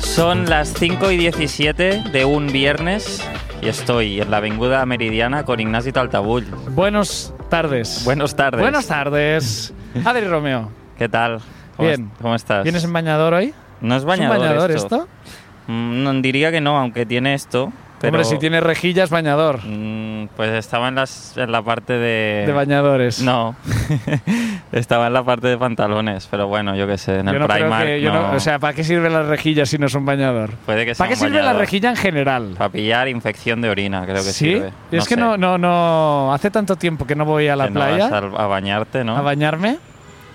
Son las 5 y 17 de un viernes y estoy en la Avenida Meridiana con Ignacio Taltabull. Buenas tardes. Buenas tardes. Buenas tardes. Adri Romeo. ¿Qué tal? ¿Cómo Bien. est- ¿Cómo estás? ¿Vienes en bañador hoy? ¿No es ¿Es un bañador, bañador esto? Mm, No, diría que no, aunque tiene esto. Pero, Hombre, si tiene rejillas, bañador. Mm, Pues estaba en, las, en la parte de... De bañadores. Eh, No, estaba en la parte de pantalones, pero bueno, yo qué sé, en Yo el no creo Primark que- yo no- no- o sea, ¿para qué sirven las rejillas si no es un bañador? puede que sea ¿Para qué un sirve la bañador. rejilla en general? Para pillar infección de orina, creo que ¿Sí? sirve. es que sé, no, no, no. Hace tanto tiempo que no voy a la que no playa vas al- a bañarte, ¿no? a bañarme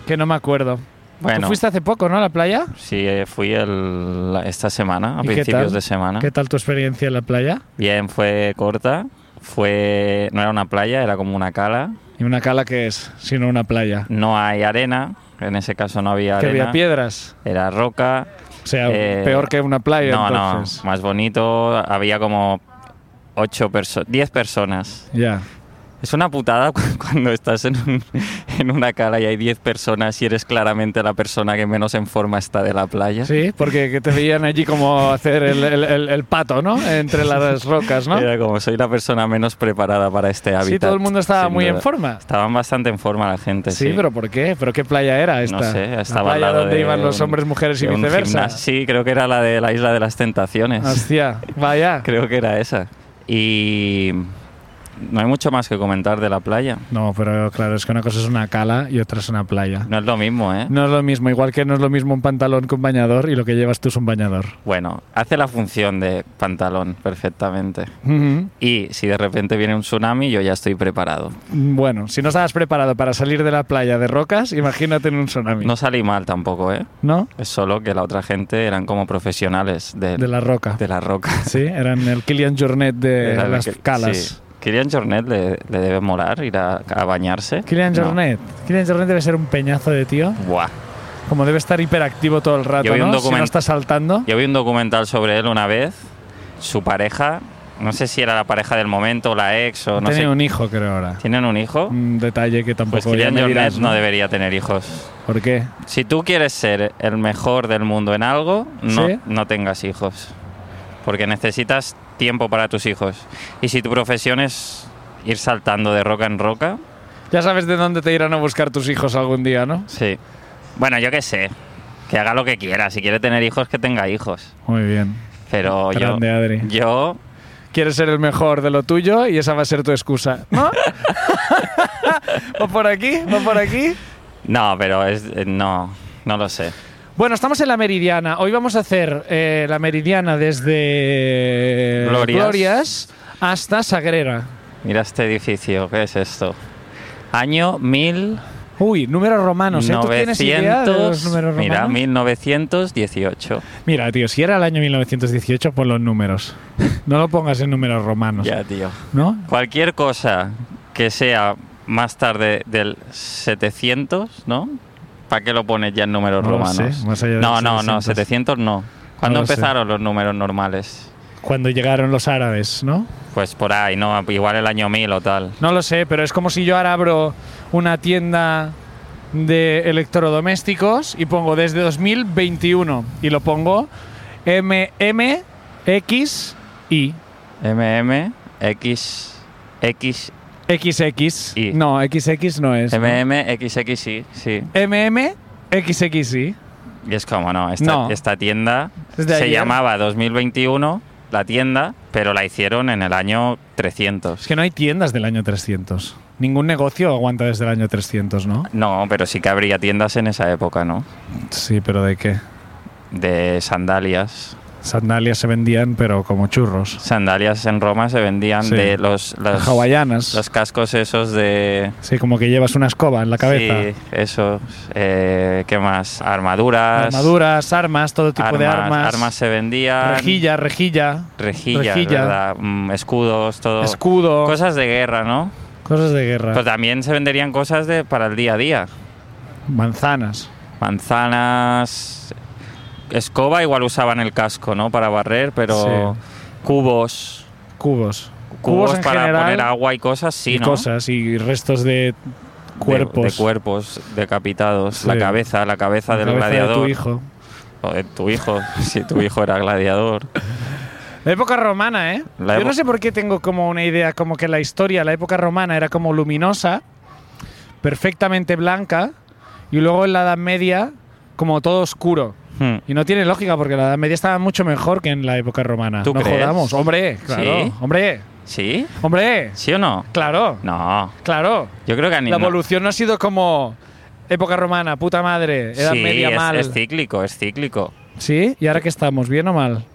que no me acuerdo. Tú Bueno. fuiste hace poco, ¿no? A la playa. Sí, eh, fui el- la- esta semana, a ¿Y qué principios tal? de semana. ¿Qué tal tu experiencia en la playa? Bien, fue corta. Fue, no era una playa, era como una cala. ¿Y una cala que es? Sino una playa. No hay arena, en ese caso no había Que arena. había piedras. Era roca. O sea, Eh, peor que una playa, no, entonces. no, más bonito. Había como ocho personas, 10 personas. Ya. Es una putada cu- cuando estás en, un- en una cala y hay 10 personas y eres claramente la persona que menos en forma está de la playa. Sí, porque que te veían allí como hacer el, el- el- el pato, ¿no? Entre las rocas, ¿no? Era como, soy la persona menos preparada para este hábitat. Sí, todo el mundo estaba sin muy en duda. forma. Estaban bastante en forma la gente. Sí, Sí, pero ¿por qué? ¿Pero qué playa era esta? No sé, estaba al la playa lado donde de iban los un- hombres, mujeres y de un viceversa. Ah, gimnasio. Sí, creo que era la de la Isla de las Tentaciones. Hostia, vaya. Creo que era esa. Y no hay mucho más que comentar de la playa. No, pero claro, es que una cosa es una cala y otra es una playa. No es lo mismo, ¿eh? No es lo mismo, igual que no es lo mismo un pantalón que un bañador y lo que llevas tú es un bañador. Bueno, hace la función de pantalón perfectamente. Ujú. Y si de repente viene un tsunami, yo ya estoy preparado. Bueno, si no estabas preparado para salir de la playa de rocas, imagínate en un tsunami. No salí mal tampoco, ¿eh? ¿No? Es solo que la otra gente eran como profesionales de, De la roca. de la roca. Sí, eran el Kilian Jornet de Era las que- calas. sí. Kylian Jornet le, le debe molar ir a, a bañarse. Kilian No. Jornet. Kilian Jornet debe ser un peñazo de tío. Buah. Como debe estar hiperactivo todo el rato, Yo vi un ¿no? Si document- no está saltando. Yo vi un documental sobre él una vez. Su pareja, no sé si era la pareja del momento, la ex o no Tiene sé. un hijo, creo, ahora. ¿Tienen un hijo? Un detalle que tampoco Pues Kylian ya me Jornet dirás, no debería tener hijos. ¿Por qué? Si tú quieres ser el mejor del mundo en algo, no, ¿Sí? no tengas hijos. Porque necesitas tiempo para tus hijos. Y si tu profesión es ir saltando de roca en roca, Ya sabes de dónde te irán a buscar tus hijos algún día, ¿no? Sí. Bueno, yo qué sé. Que haga lo que quiera. Si quiere tener hijos, que tenga hijos. Muy bien. Pero yo. Grande, Adri. Yo. Quieres ser el mejor de lo tuyo y esa va a ser tu excusa, ¿no? ¿Va por aquí? ¿Va por aquí? No, pero es. eh, No. No lo sé. Bueno, estamos en la Meridiana. Hoy vamos a hacer eh, la Meridiana desde Glorias. hasta Sagrera. Mira este edificio. ¿Qué es esto? Año 1900. Uy, números romanos. ¿eh? ¿Tú tienes idea de los números romanos? Mira, 1918. Mira, tío, si era el año 1918, pon los números. No lo pongas en números romanos, Ya, tío. ¿no? Cualquier cosa que sea más tarde del 700, ¿no? ¿Para qué lo pones ya en números No lo romanos? sé, más allá del no, no, no, 700. 700 no. ¿Cuándo No lo sé. empezaron los números normales? Cuando llegaron los árabes, ¿no? Pues por ahí, ¿no? Igual el año 1000 o tal. No lo sé, pero es como si yo ahora abro una tienda de electrodomésticos y pongo desde 2021 y lo pongo MMXI. MM, X, X, XX. Y. No, XX no es. MM, XX, y, sí. MMXXI. Y es como, no, esta, No. esta tienda Es se de ayer. llamaba 2021, la tienda, pero la hicieron en el año 300. Es que no hay tiendas del año 300. Ningún negocio aguanta desde el año 300, ¿no? No, pero sí que habría tiendas en esa época, ¿no? Sí, pero ¿de qué? De sandalias. Sandalias se vendían, pero como churros. Sandalias en Roma se vendían Sí. de los, los, Hawaianas. los cascos esos de... Sí, como que llevas una escoba en la cabeza. Sí, esos. eh, ¿Qué más? Armaduras. Armaduras, armas, todo tipo de armas. Armas se vendían. Rejilla, rejilla. Rejillas, Rejilla. ¿verdad? Mm, escudos, todo. Escudo. Cosas de guerra, ¿no? cosas de guerra. Pero también se venderían cosas de para el día a día. Manzanas. Manzanas. Escoba, igual usaban el casco, ¿no? Para barrer, pero. Sí. Cubos. Cubos. Cubos, en para general poner agua y cosas, sí, y ¿no? cosas y restos de De- cuerpos. De, cuerpos decapitados. La Sí. cabeza, la cabeza del La cabeza de gladiador. tu hijo. Joder, tu hijo, si tu hijo era gladiador. La época romana, ¿eh? La Yo epo- no sé por qué tengo como una idea, como que la historia, la época romana era como luminosa, perfectamente blanca, y luego en la Edad Media como todo oscuro. Hmm. Y no tiene lógica porque la Edad Media estaba mucho mejor que en la época romana. ¿Tú no crees? jodamos, hombre, claro, ¿Sí? hombre, ¿Sí? hombre, ¿Sí o no? claro, No. claro. Yo creo que a ni- La no- evolución no ha sido como época romana, puta madre, Edad sí, Media es- mal. es cíclico, es cíclico. sí, y ahora que estamos, bien o mal.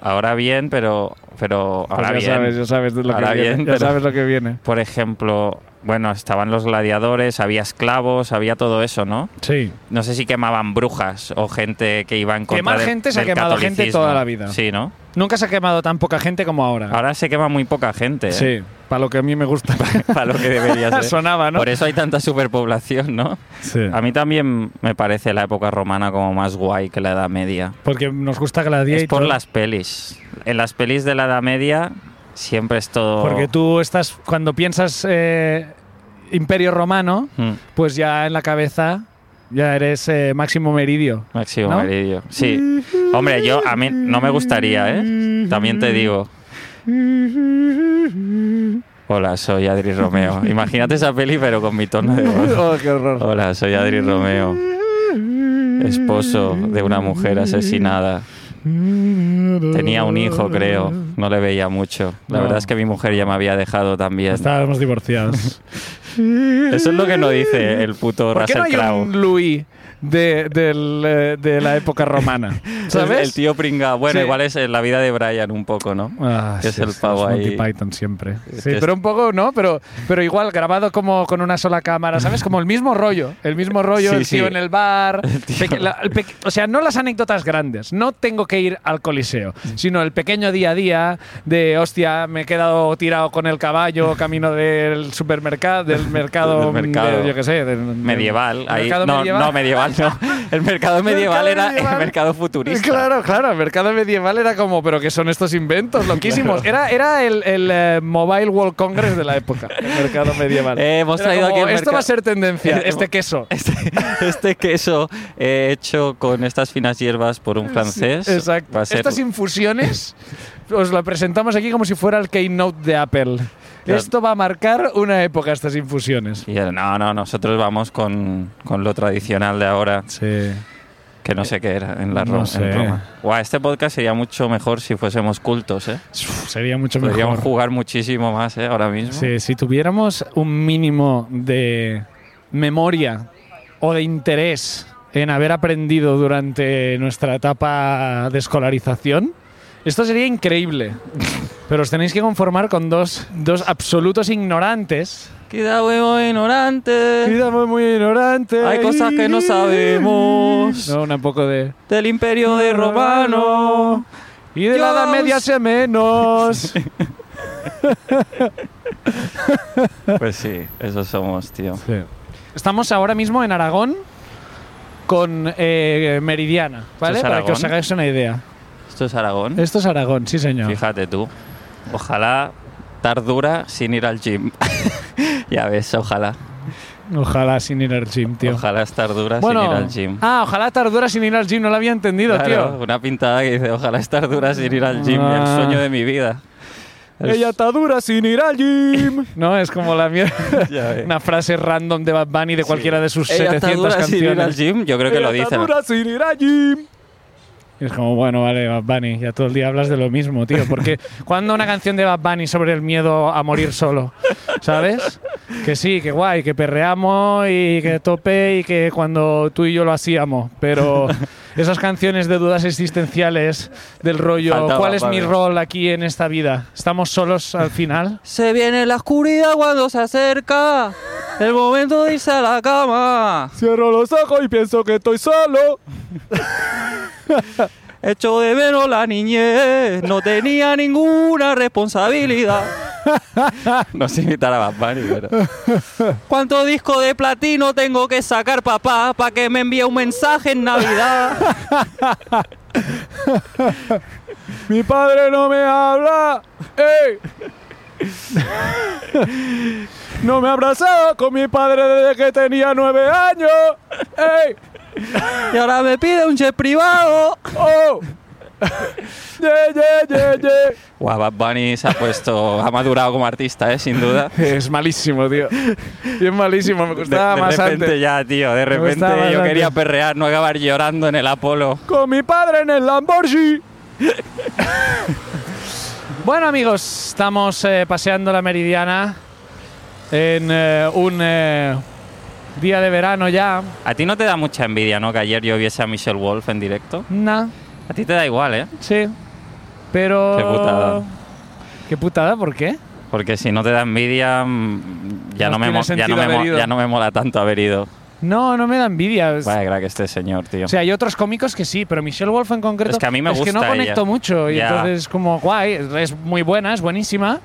Ahora bien, pero, pero ahora Pues bien. ya sabes, ya sabes lo Ahora que viene. bien, ya pero- sabes lo que viene. Por ejemplo, bueno, estaban los gladiadores, había esclavos, había todo eso, ¿no? Sí. No sé si quemaban brujas o gente que iba en contra Quemar del- gente se ha del quemado gente catolicismo. toda la vida. Sí, ¿no? Nunca se ha quemado tan poca gente como ahora. Ahora se quema muy poca gente. ¿eh? Sí, para lo que a mí me gusta. Para lo que debería ser. Sonaba, ¿no? Por eso hay tanta superpoblación, ¿no? Sí. A mí también me parece la época romana como más guay que la Edad Media. Porque nos gusta Gladiator. Es por las pelis. En las pelis de la Edad Media siempre es todo. Porque tú estás, cuando piensas eh, Imperio Romano, Mm, pues ya en la cabeza ya eres eh, Máximo Meridio. Máximo ¿No? Mm. Meridio. Sí. Hombre, yo a mí no me gustaría, ¿eh? También te digo. Hola, soy Adri Romeo. Imagínate esa peli, pero con mi tono de voz. oh, qué horror. Hola, soy Adri Romeo, esposo de una mujer asesinada. Tenía un hijo, creo. No le veía mucho. La No. verdad es que mi mujer ya me había dejado también. Estábamos divorciados. Eso es lo que no dice ¿eh? el puto ¿Por qué Russell no hay Crowe. un Louis de, del, eh, de la época romana? ¿Sabes? El, el tío pringa. Bueno, Sí. igual es eh, la vida de Brian un poco, ¿no? Ah, Que es el pavo ahí. Monty Python siempre. Es Sí, que es- pero un poco, ¿no? Pero, pero igual, grabado como con una sola cámara, ¿sabes? Como el mismo rollo. El mismo rollo, Sí, el tío sí. en el bar. El tío- peque- la- el peque- o sea, no las anécdotas grandes. No tengo que ir al coliseo, Mm. sino el pequeño día a día de, hostia, me he quedado tirado con el caballo camino del supermercado, del mercado, Del mercado. de- yo qué sé, del, del- Medieval. del Ahí, mercado no, medieval. no, medieval no. El mercado medieval era medieval. el mercado futurista. Claro, claro, el mercado medieval era como, pero que son estos inventos loquísimos. Era, era el, el, eh, Mobile World Congress de la época, el mercado medieval. Eh, hemos Era traído como, aquí el Esto mercado- va a ser tendencia, este queso. Este, este queso eh, hecho con estas finas hierbas por un francés. Exacto. Va a ser- Estas infusiones os la presentamos aquí como si fuera el Keynote de Apple. Claro. Esto va a marcar una época, estas infusiones. Y yo, no, no, nosotros vamos con, con lo tradicional de ahora, Sí. que no sé qué era en la No Ro- en sé. Roma. Guau, este podcast sería mucho mejor si fuésemos cultos, ¿eh? Sería mucho Podríamos mejor. jugar muchísimo más, ¿eh? Ahora mismo. Sí, si tuviéramos un mínimo de memoria o de interés en haber aprendido durante nuestra etapa de escolarización, esto sería increíble. Pero os tenéis que conformar con dos, dos absolutos ignorantes. Queda huevo ignorante Vida muy, muy ignorante. Hay cosas que no sabemos. No, un poco de... del imperio de romano. Y de la edad Dios. media se menos. Pues sí, eso somos, tío. Estamos ahora mismo en Aragón con eh, Meridiana, ¿vale? es Para que os Aragón? hagáis una idea. ¿Esto es Aragón? Esto es Aragón, sí señor. Fíjate tú. Ojalá estar dura sin ir al gym. ya ves, ojalá. Ojalá sin ir al gym, tío. Ojalá estar dura sin ir al gym. Ah, ojalá tardura sin ir al gym, no lo había entendido, Claro, tío. una pintada que dice, ojalá estar dura sin ir al gym, el Ah. sueño de mi vida. El- Ella está dura sin ir al gym. no, es como la mierda. Ya ves. una frase random de Bad Bunny de cualquiera de sus Ella está 700 dura sin ir al canciones. gym, yo creo que Ella lo está dicen. dura sin ir al gym. Y Es como, bueno, vale, Bad Bunny, ya todo el día hablas de lo mismo, tío. Porque cuando una canción de Bad Bunny sobre el miedo a morir solo, ¿sabes? Que sí, que guay, que perreamos y que tope y que cuando tú y yo lo hacíamos. Pero esas canciones de dudas existenciales del rollo, Faltaba, ¿cuál es mi vale. rol aquí en esta vida? ¿Estamos solos al final? Se viene la oscuridad cuando se acerca el momento de irse a la cama. Cierro los ojos y pienso que estoy solo. Hecho de menos la niñez, no tenía ninguna responsabilidad. No sé imitar a Bad Bunny, pero... ¿Cuánto disco de platino tengo que sacar, papá, para que me envíe un mensaje en Navidad? Mi padre no me habla. ¡Ey! No me ha abrazado con mi padre desde que tenía nueve años. ¡Ey! Y ahora me pide un jet privado. ¡Oh! Ye, ye, ye, ye. Guau, Bad Bunny se ha puesto. ha madurado como artista, ¿eh? Sin duda. Es malísimo, tío. Y es malísimo, me De, gustaba de más repente antes. ya, tío, de repente gustaba yo bastante. quería perrear, no acabar llorando en el Apolo. Con mi padre en el Lamborghini. bueno, amigos, estamos eh, paseando la Meridiana en eh, un eh, día de verano ya. A ti no te da mucha envidia, ¿no? Que ayer yo viese a Michelle Wolf en directo. Nah, A ti te da igual, ¿eh? sí. Pero. Qué putada. ¿Qué putada? ¿Por qué? Porque si no te da envidia, mm, ya No no, me, mo- ya, tiene no me sentido mo- haber ido. ya no me mola tanto haber ido. No, no me da envidia. Es- Vaya crack este señor, tío. O sea, hay otros cómicos que sí, pero Michelle Wolf en concreto. Es que a mí me no gusta conecto ella. mucho. Y Ya. entonces, es como guay, es muy buena, es buenísima.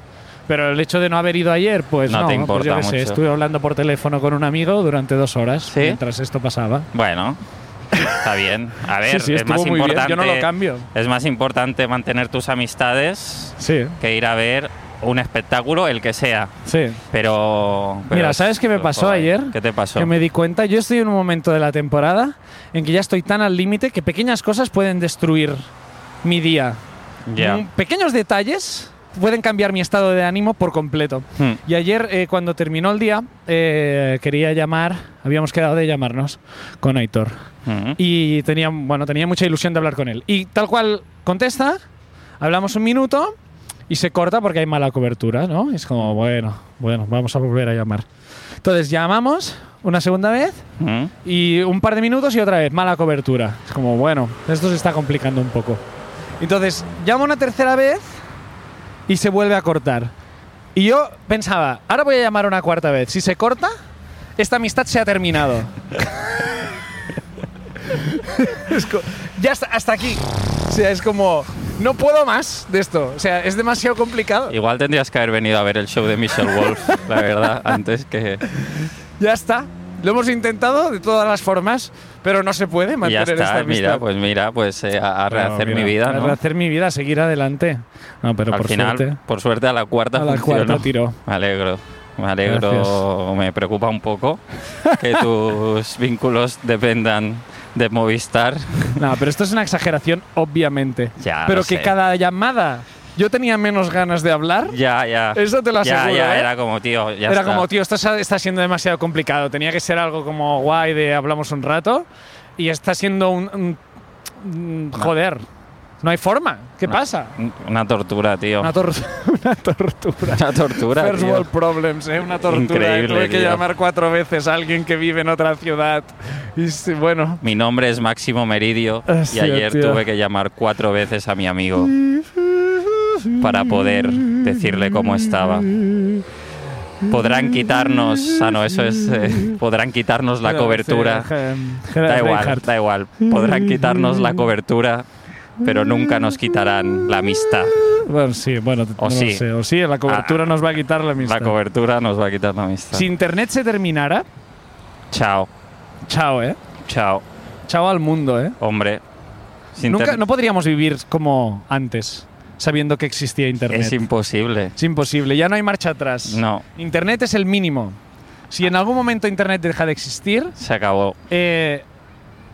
Pero el hecho de no haber ido ayer, pues no. No te pues importa yo qué sé, mucho. estuve hablando por teléfono con un amigo durante dos horas ¿Sí? mientras esto pasaba. Bueno, está bien. A ver, sí, sí, es estuvo más muy bien. importante. Yo no lo cambio. Es más importante mantener tus amistades Sí, que ir a ver un espectáculo, el que sea. sí. Pero. pero Mira, ¿sabes qué me joder, pasó ayer? ¿Qué te pasó? Que me di cuenta, yo estoy en un momento de la temporada en que ya estoy tan al límite que pequeñas cosas pueden destruir mi día. Ya. Mm, Pequeños detalles pueden cambiar mi estado de ánimo por completo. Hmm. Y ayer, eh, cuando terminó el día, eh, quería llamar, habíamos quedado de llamarnos con Aitor. Mm. Y tenía, bueno, tenía mucha ilusión de hablar con él. Y tal cual contesta, hablamos un minuto y se corta porque hay mala cobertura, ¿no? Y es como, bueno, bueno, vamos a volver a llamar. Entonces llamamos una segunda vez Mm. y un par de minutos y otra vez, mala cobertura. Es como, bueno, esto se está complicando un poco. Entonces, llamo una tercera vez y se vuelve a cortar. Y yo pensaba, ahora voy a llamar una cuarta vez. Si se corta, esta amistad se ha terminado. Es co- ya hasta, hasta aquí. O sea, es como, no puedo más de esto. O sea, es demasiado complicado. Igual tendrías que haber venido a ver el show de Michelle Wolf, la verdad, antes que. Ya está. Lo hemos intentado de todas las formas, pero no se puede Y ya mantener esta está, amistad. mira, pues mira, pues eh, a, a Bueno, rehacer mira, mi vida, A ¿no? rehacer mi vida, a seguir adelante. No, pero Al por final, suerte. por suerte, a la cuarta A la funcionó. cuarta tiró. Me alegro. Me alegro, me preocupa un poco que tus vínculos dependan de Movistar. No, pero esto es una exageración, obviamente. Ya, pero lo que sé. cada llamada yo tenía menos ganas de hablar. Ya, ya. Eso te lo Ya, aseguro, ya, ¿eh? era como, tío, ya Era está. como, tío, esto sa- está siendo demasiado complicado. Tenía que ser algo como guay de hablamos un rato. Y está siendo un. un- un- joder. No hay forma. ¿Qué pasa? Una tortura, tío. Una, tor- una tortura. Una tortura, First tío. world problems, ¿eh? Una tortura. Increíble, Tuve que tío. llamar cuatro veces a alguien que vive en otra ciudad. Y sí, bueno, Mi nombre es Máximo Meridio Así y es, ayer Ah, tío. tuve que llamar cuatro veces a mi amigo para poder decirle cómo estaba. Podrán quitarnos, ah no, eso es, eh, podrán quitarnos la cobertura. Da igual, da igual. Podrán quitarnos la cobertura, pero nunca nos quitarán la amistad. Bueno, sí, bueno, O no sí. Ah, lo sé. O sí, la cobertura nos va a quitar la amistad. La cobertura nos va a quitar la amistad. si internet se terminara, Chao, chao, ¿eh? chao, Chao al mundo, ¿eh? hombre. Sin Nunca, ter- no podríamos vivir como antes, sabiendo que existía internet. es imposible. es imposible, ya no hay marcha atrás. No, Internet es el mínimo. Si en algún momento internet deja de existir, se acabó. eh,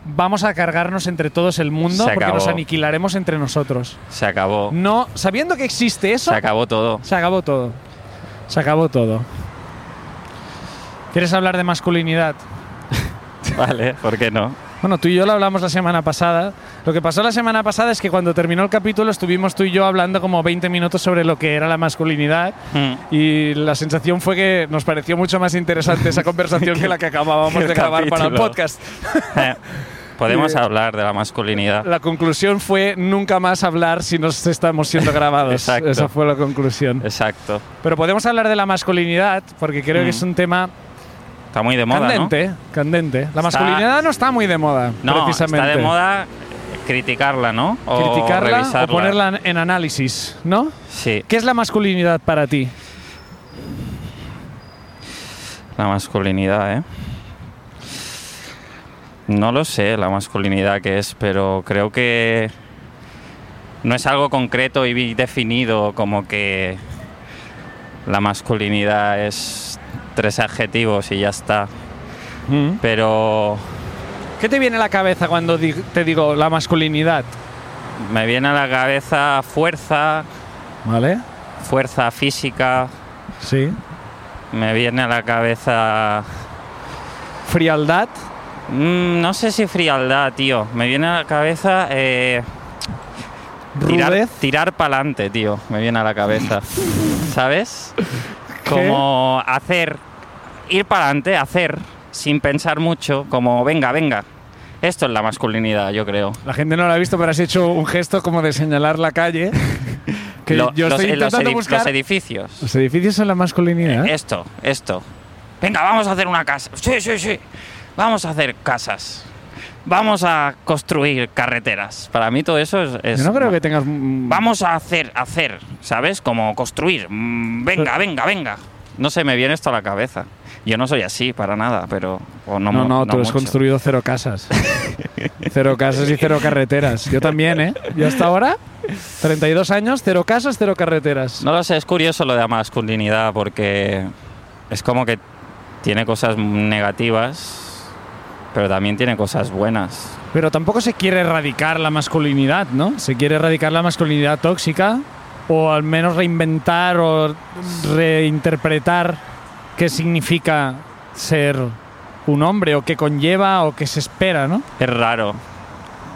vamos a cargarnos entre todos el mundo Se porque nos acabó. aniquilaremos entre nosotros. Se acabó. No, sabiendo que existe eso, Se acabó todo. se acabó todo. Se acabó todo. ¿Quieres hablar de masculinidad? Vale, ¿por qué no? Bueno, tú y yo lo hablamos la semana pasada. Lo que pasó la semana pasada es que cuando terminó el capítulo estuvimos tú y yo hablando como 20 minutos sobre lo que era la masculinidad Mm. y la sensación fue que nos pareció mucho más interesante esa conversación que la que acabábamos qué de grabar para el capítulo. podcast. Eh, Podemos Eh, hablar de la masculinidad. La conclusión fue nunca más hablar si nos estamos siendo grabados. Exacto. Esa fue la conclusión. Exacto. Pero podemos hablar de la masculinidad porque creo que Mm. es un tema Está muy de moda, candente, candente. La masculinidad no está muy de moda, ¿no? No, precisamente. está de moda criticarla, ¿no? O criticarla revisarla. o ponerla en análisis, ¿no? Sí, ¿Qué es la masculinidad para ti? la masculinidad, ¿eh? No lo sé la masculinidad que es, pero creo que no es algo concreto y definido como que la masculinidad Mm. es tres adjetivos y ya está. pero ¿Qué te viene a la cabeza cuando di- te digo la masculinidad? Me viene a la cabeza fuerza, ¿Vale? fuerza física, Sí. me viene a la cabeza... Frialdad. mm, no sé si frialdad, tío. Me viene a la cabeza... eh, tirar Rudez. tirar para adelante, tío. Me viene a la cabeza. ¿Sabes? Como hacer... Ir para adelante, hacer, sin pensar mucho, como venga, venga. Esto es la masculinidad, yo creo. La gente no lo ha visto, pero has hecho un gesto como de señalar la calle. Que Lo- yo los- estoy eh, los intentando edi- Eh, buscar. ¿eh? los edificios. Los edificios son la masculinidad. Esto, esto. Venga, vamos a hacer una casa. Sí, sí, sí. Vamos a hacer casas. Vamos a construir carreteras. Para mí todo eso es... es- Yo no creo que tengas. mm, Vamos a hacer, hacer, ¿sabes? Como construir. Mm, Venga, venga, venga. No sé, me viene esto a la cabeza. Yo no soy así para nada, pero... o no, No, mu- no, tú has mucho. construido cero casas. cero casas y cero carreteras. Yo también, ¿eh? Yo hasta ahora, 32 años, cero casas, cero carreteras. No lo sé, es curioso lo de la masculinidad porque es como que tiene cosas negativas, pero también tiene cosas buenas. Pero tampoco se quiere erradicar la masculinidad, ¿no? Se quiere erradicar la masculinidad tóxica o al menos reinventar o reinterpretar qué significa ser un hombre o qué conlleva o qué se espera, ¿no? Es raro.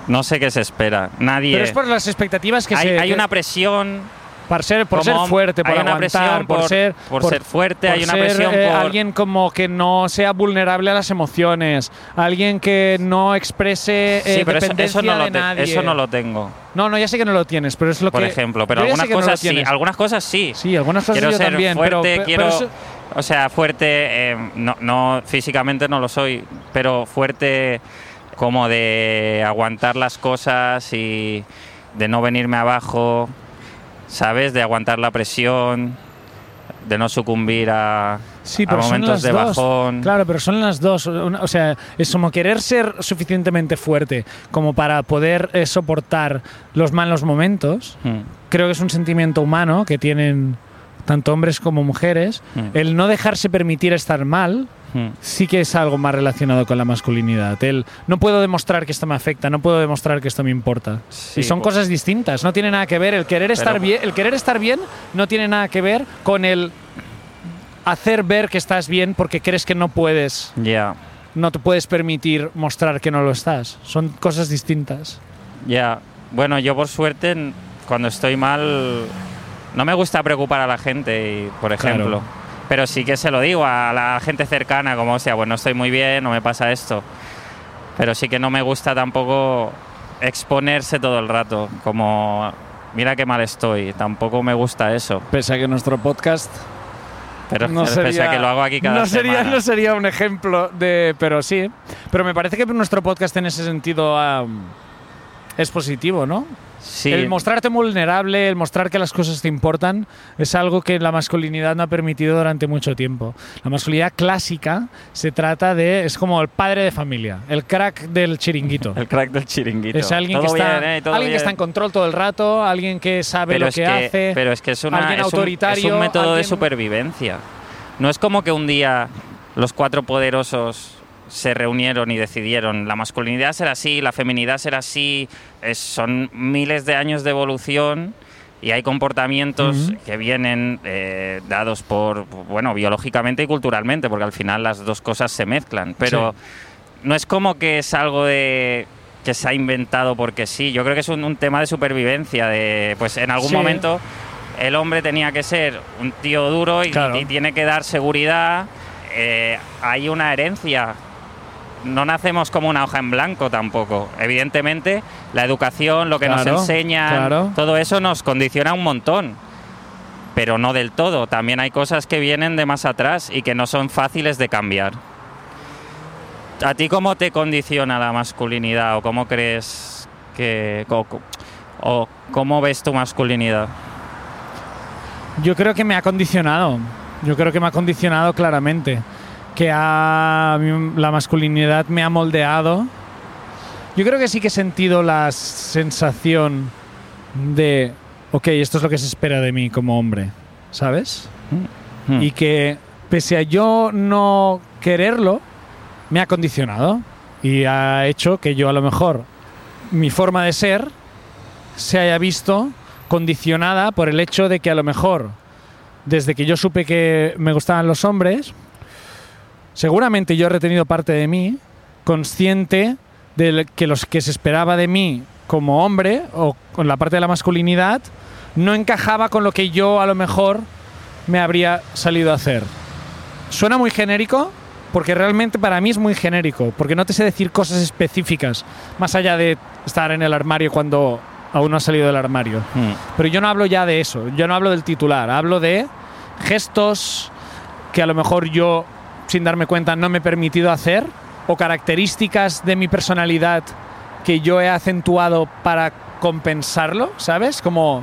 No sé qué se espera. Nadie. Pero es por las expectativas que eh, hay, se hay una presión. por ser por como ser fuerte, por hay una aguantar, presión por, ser por ser fuerte, por hay una ser, presión eh, por alguien como que no sea vulnerable a las emociones, alguien que no exprese eh, Sí, pero eso, dependencia eso no lo de te- nadie. eso no lo tengo. No, no, ya sé que no lo tienes, pero es lo Por que. ejemplo, pero Yo ya sé algunas que no lo cosas, sí, tienes. algunas cosas sí. Sí, algunas cosas quiero yo ser también, fuerte, pero- pero, quiero, pero eso- o sea, fuerte, eh, no, no, físicamente no lo soy, pero fuerte como de aguantar las cosas y de no venirme abajo, ¿sabes? De aguantar la presión, de no sucumbir a, sí, a pero son momentos las de dos. bajón. Claro, pero son las dos. Una- O sea, es como querer ser suficientemente fuerte como para poder eh, soportar los malos momentos. Mm. Creo que es un sentimiento humano que tienen tanto hombres como mujeres. Mm. El no dejarse permitir estar mal, Mm. sí que es algo más relacionado con la masculinidad. El no puedo demostrar que esto me afecta, no puedo demostrar que esto me importa. Sí, y son pues- cosas distintas, no tiene nada que ver. El querer estar Pero- bien, el querer estar bien no tiene nada que ver con el hacer ver que estás bien porque crees que no puedes, Ya, no te puedes permitir mostrar que no lo estás. Son cosas distintas. ya. Bueno, yo por suerte, n- cuando estoy mal, no me gusta preocupar a la gente, y, por Claro. ejemplo. Pero sí que se lo digo a la gente cercana, como, o sea, bueno, estoy muy bien, no me pasa esto. Pero sí que no me gusta tampoco exponerse todo el rato, como, mira qué mal estoy, tampoco me gusta eso. Pese a que nuestro podcast Pero pese a que lo hago aquí cada no sería, semana. No sería un ejemplo de... Pero sí. Pero me parece que nuestro podcast en ese sentido am, es positivo, ¿no? Sí. El mostrarte vulnerable, el mostrar que las cosas te importan, es algo que la masculinidad no ha permitido durante mucho tiempo. La masculinidad clásica se trata de... Es como el padre de familia, el crack del chiringuito. El crack del chiringuito. Es alguien, que Todo está, bien, ¿eh? Todo alguien que bien. está en control todo el rato, alguien que sabe lo es que, hace. Pero es que es, una- es alguien un- autoritario, es un método de alguien- supervivencia. No es como que un día los cuatro poderosos se reunieron y decidieron la masculinidad será así, la feminidad será así. Es- son miles de años de evolución y hay comportamientos Ujú. que vienen eh, dados por, bueno, biológicamente y culturalmente, porque al final las dos cosas se mezclan. Pero no es como que es algo de que se ha inventado porque sí. Yo creo que es un, un tema de supervivencia, de pues en algún Sí. momento el hombre tenía que ser un tío duro y, Claro. y tiene que dar seguridad. Eh, hay una herencia. No nacemos como una hoja en blanco tampoco. Evidentemente, la educación, lo que Claro, nos enseñan, claro. todo eso nos condiciona un montón. Pero no del todo. También hay cosas que vienen de más atrás y que no son fáciles de cambiar. ¿A ti cómo te condiciona la masculinidad o cómo crees que... o, o cómo ves tu masculinidad? Yo creo que me ha condicionado. Yo creo que me ha condicionado claramente. Que ha- la masculinidad me ha moldeado. Yo creo que sí que he sentido la sensación de, ok, esto es lo que se espera de mí como hombre, ¿sabes? Hmm. Y que pese a yo no quererlo, me ha condicionado. Y ha hecho que yo a lo mejor mi forma de ser se haya visto condicionada por el hecho de que a lo mejor desde que yo supe que me gustaban los hombres, seguramente yo he retenido parte de mí consciente de que los que se esperaba de mí como hombre o con la parte de la masculinidad no encajaba con lo que yo a lo mejor me habría salido a hacer. Suena muy genérico, porque realmente para mí es muy genérico, porque no te sé decir cosas específicas, más allá de estar en el armario cuando aún no has salido del armario. Mm. Pero yo no hablo ya de eso, yo no hablo del titular, hablo de gestos que a lo mejor yo, sin darme cuenta, no me he permitido hacer, o características de mi personalidad que yo he acentuado para compensarlo, ¿sabes? Como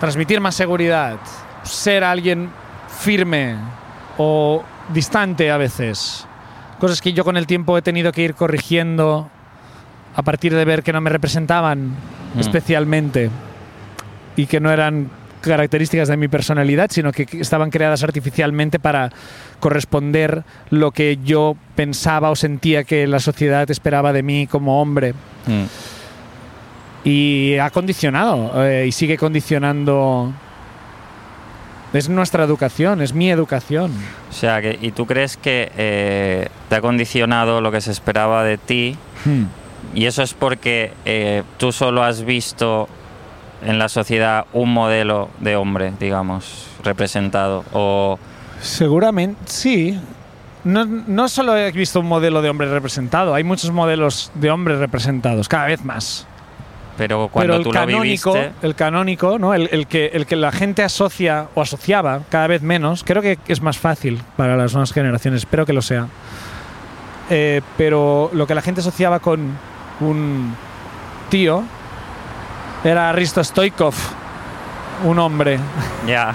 transmitir más seguridad, ser alguien firme o distante a veces. Cosas que yo con el tiempo he tenido que ir corrigiendo a partir de ver que no me representaban Mm. especialmente y que no eran características de mi personalidad, sino que estaban creadas artificialmente para corresponder lo que yo pensaba o sentía que la sociedad esperaba de mí como hombre Mm. y ha condicionado eh, y sigue condicionando. Es nuestra educación, es mi educación. O sea, que, ¿y tú crees que eh, te ha condicionado lo que se esperaba de ti? Y eso es porque eh, tú solo has visto en la sociedad un modelo de hombre, digamos, representado. O, Seguramente, sí. No, no solo he visto un modelo de hombre representado, hay muchos modelos de hombres representados, cada vez más. pero cuando Pero el tú lo canónico, viviste. el canónico, ¿no? El, el que, el que la gente asocia o asociaba cada vez menos, creo que es más fácil para las nuevas generaciones, espero que lo sea. Eh, pero lo que la gente asociaba con un tío era Risto Stoikov, un hombre. Ya.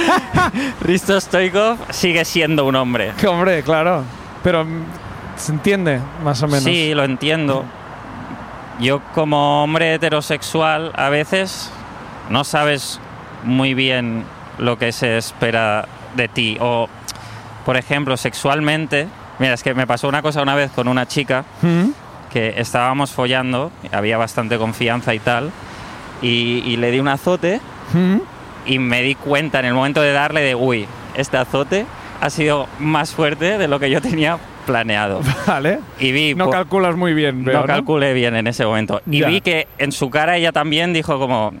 Risto Stoikov sigue siendo un hombre. Que hombre, claro. Pero mm, se entiende, más o menos. Sí, lo entiendo. Yo como hombre heterosexual a veces no sabes muy bien lo que se espera de ti. O, por ejemplo, sexualmente... Mira, es que me pasó una cosa una vez con una chica ¿Mm? que estábamos follando, había bastante confianza y tal, y, y le di un azote ¿Mm? y me di cuenta en el momento de darle de, uy, este azote ha sido más fuerte de lo que yo tenía planeado. Vale. Y vi... No po- calculas muy bien, veo, no ¿no? calculé bien en ese momento. Y Ya. vi que en su cara ella también dijo como,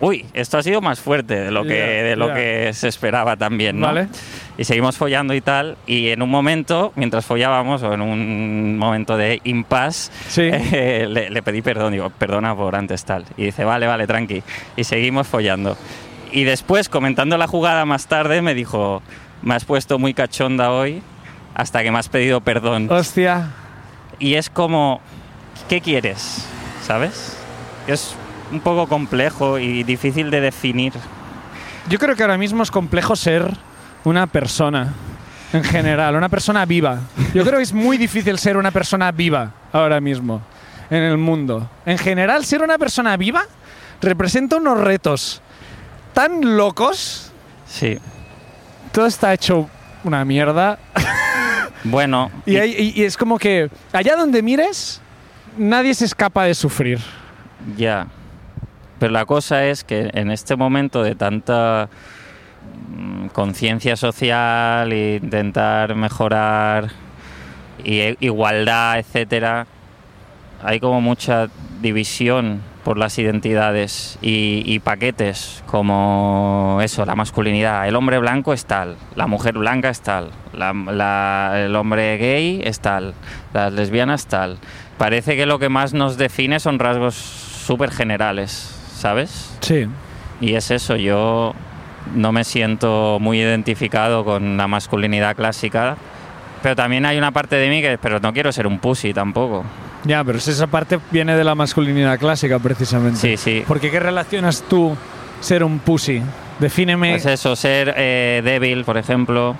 uy, esto ha sido más fuerte de lo que, Ya, de lo ya. que se esperaba también, ¿no? Vale. Y seguimos follando y tal, y en un momento, mientras follábamos, o en un momento de impasse, Sí. eh, le, le pedí perdón, digo, perdona por antes tal. Y dice, vale, vale, tranqui. Y seguimos follando. Y después, comentando la jugada más tarde, me dijo, me has puesto muy cachonda hoy hasta que me has pedido perdón. Hostia. Y es como, ¿qué quieres? ¿Sabes? Es un poco complejo y difícil de definir. Yo creo que ahora mismo es complejo ser una persona en general, una persona viva. Yo creo que es muy difícil ser una persona viva ahora mismo en el mundo. En general, ser una persona viva representa unos retos tan locos. Sí. Todo está hecho una mierda. Bueno, Y, hay- y- y es como que allá donde mires, nadie se escapa de sufrir. ya. Pero la cosa es que en este momento de tanta mm, conciencia social, e intentar mejorar, y e- igualdad, etcétera, hay como mucha división por las identidades y, y paquetes como eso, la masculinidad. El hombre blanco es tal, la mujer blanca es tal, la- la- el hombre gay es tal, las lesbianas tal. Parece que lo que más nos define son rasgos súper generales, ¿sabes? Sí. Y es eso, yo no me siento muy identificado con la masculinidad clásica, pero también hay una parte de mí que, pero no quiero ser un pussy tampoco. Ya, pero si esa parte viene de la masculinidad clásica, precisamente. Sí, sí. Porque ¿qué relacionas tú ser un pussy? Defíneme. Es eso, ser eh, débil, por ejemplo,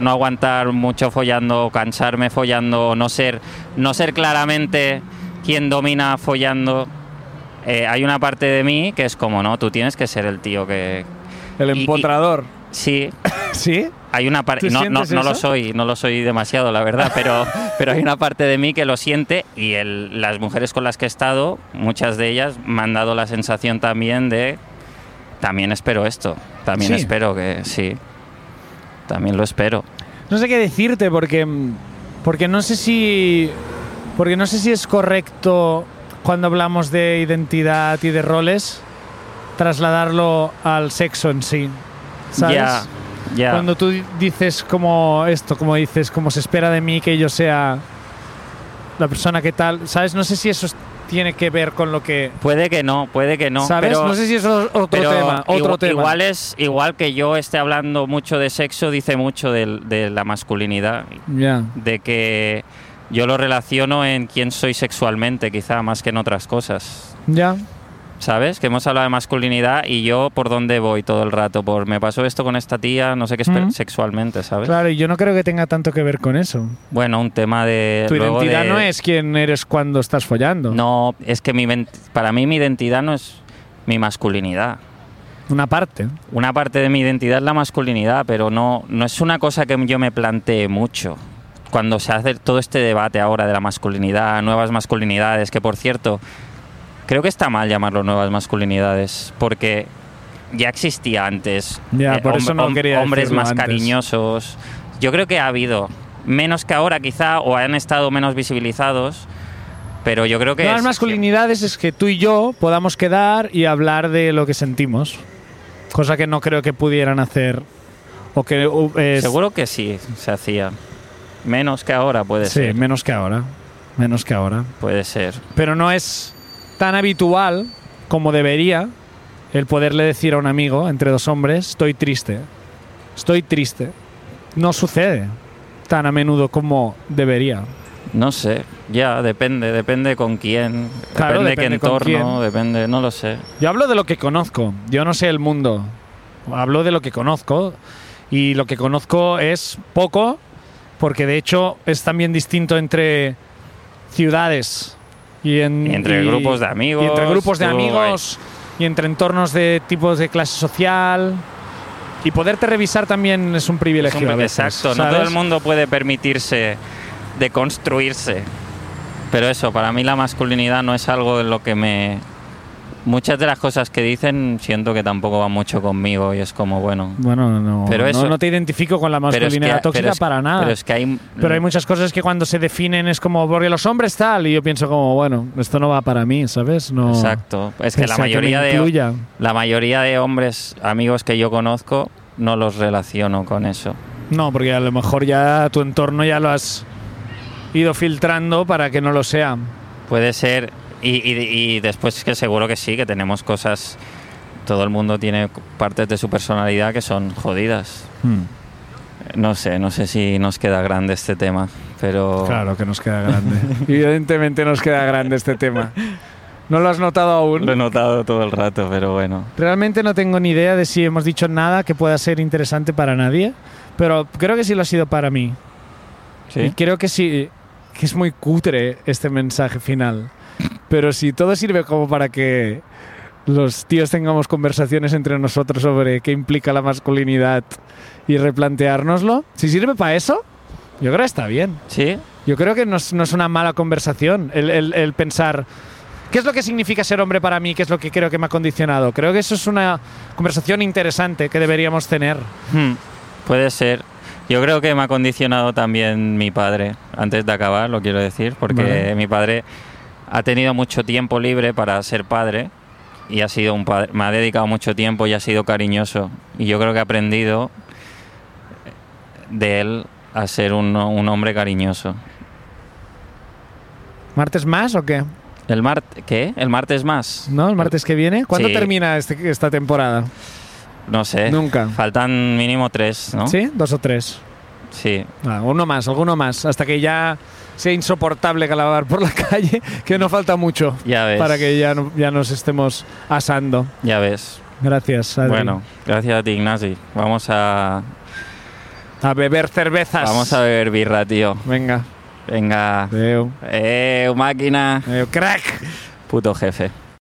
no aguantar mucho follando, cansarme follando, no ser, no ser claramente quien domina follando. Eh, hay una parte de mí que es como, no, tú tienes que ser el tío que... El Y- empotrador. Sí, ¿Sí? hay una parte. ¿Tú No, no, sientes no lo eso? soy, no lo soy demasiado, la verdad, pero, pero hay una parte de mí que lo siente y el- las mujeres con las que he estado, muchas de ellas, me han dado la sensación también de. También espero esto. También Sí. espero que. Sí. También lo espero. No sé qué decirte porque porque no sé si porque no sé si es correcto cuando hablamos de identidad y de roles trasladarlo al sexo en sí. ¿Sabes? Ya. Ya. Cuando tú dices como esto, como dices, como se espera de mí que yo sea la persona que tal, ¿sabes? No sé si eso es- tiene que ver con lo que Puede que no, puede que no. ¿Sabes? Pero, no sé si eso es otro pero tema, otro igual, tema. igual es igual que yo esté hablando mucho de sexo, dice mucho del- de la masculinidad Ya. de que yo lo relaciono en quién soy sexualmente, quizá más que en otras cosas. Ya. ¿Sabes? Que hemos hablado de masculinidad y yo por dónde voy todo el rato. Por me pasó esto con esta tía, no sé qué esper- Mm. sexualmente, ¿sabes? Claro, y yo no creo que tenga tanto que ver con eso. Bueno, un tema de. Tu luego identidad de- no es quién eres cuando estás follando. No, es que mi ven- para mí mi identidad no es mi masculinidad. Una parte. Una parte de mi identidad es la masculinidad, pero no, no es una cosa que yo me plantee mucho. Cuando se hace todo este debate ahora de la masculinidad, nuevas masculinidades, que por cierto, creo que está mal llamarlo nuevas masculinidades, porque ya existía antes. eh, Ya, por eso no quería Hombres decirlo más antes. cariñosos. Yo creo que ha habido, menos que ahora quizá, o han estado menos visibilizados, pero yo creo que... Las es- masculinidades es que tú y yo podamos quedar y hablar de lo que sentimos. Cosa que no creo que pudieran hacer. O que. o, eh, Seguro que sí, se hacía. Menos que ahora puede Sí, ser. menos que ahora. Menos que ahora. Puede ser. Pero no es tan habitual como debería el poderle decir a un amigo entre dos hombres: estoy triste. Estoy triste. No sucede tan a menudo como debería. No sé, ya, depende, depende con quién, Claro, depende, qué depende con entorno, quién. depende, no lo sé. Yo hablo de lo que conozco, yo no sé el mundo. Hablo de lo que conozco y lo que conozco es poco, porque de hecho es también distinto entre ciudades y, en- Y entre grupos de amigos, Y entre grupos de tú, amigos y entre entornos de tipos de clase social. Y poderte revisar también es un privilegio. Es un- a veces, exacto, no ¿sabes? todo el mundo puede permitirse de construirse. Pero eso, para mí la masculinidad no es algo en lo que me... Muchas de las cosas que dicen siento que tampoco van mucho conmigo y es como, bueno... Bueno, no, Pero no- eso- no te identifico con la Pero es que- masculinidad tóxica pero es- para nada. Pero es que hay... Pero hay muchas cosas que cuando se definen es como, porque los hombres tal, y yo pienso como, bueno, esto no va para mí, ¿sabes? No, Mm, Exacto, es que la Pese a mayoría me de... incluya. La mayoría de hombres, amigos que yo conozco, no los relaciono con eso. No, porque a lo mejor ya tu entorno ya lo has ido filtrando para que no lo sea. Puede ser. Y, y- y después que seguro que sí, que tenemos cosas. Todo el mundo tiene partes de su personalidad que son jodidas. No sé, no sé si nos queda grande este tema, pero. Claro que nos queda grande. Evidentemente nos queda grande este tema. ¿No lo has notado Lo he aún? notado todo el rato, pero bueno. Realmente no tengo ni idea de si hemos dicho nada que pueda ser interesante para nadie, pero creo que sí lo ha sido para mí. Y creo que sí, que es muy cutre este mensaje final. Pero si todo sirve como para que los tíos tengamos conversaciones entre nosotros sobre qué implica la masculinidad y replanteárnoslo, si sirve para eso, yo creo que está bien. ¿Sí? Yo creo que no es, no es una mala conversación el, el- el pensar qué es lo que significa ser hombre para mí, qué es lo que creo que me ha condicionado. Creo que eso es una conversación interesante que deberíamos tener. Hmm, Puede ser. Yo creo que me ha condicionado también mi padre, antes de acabar, lo quiero decir, porque Vale. mi padre ha tenido mucho tiempo libre para ser padre y ha sido un padre, me ha dedicado mucho tiempo y ha sido cariñoso. Y yo creo que he aprendido de él a ser un, un hombre cariñoso. ¿Martes más o qué? ¿El mart ¿Qué? ¿El martes más? ¿No? ¿El martes que viene? ¿Cuándo Sí. termina este- esta temporada? No sé. Nunca. Faltan mínimo tres, Eh? ¿no? ¿Sí? Dos o tres. Sí. Ah, uno más, alguno más. Hasta que ya sea insoportable calabar por la calle, que no falta mucho Ya ves. para que ya, no- ya nos estemos asando. Ya ves. Gracias. Adri. Bueno, gracias a ti, Ignasi. Vamos a, A beber cervezas. Vamos a beber birra, tío. Venga. Venga. Adeu. Eh, máquina. Adeu, crack. Puto jefe.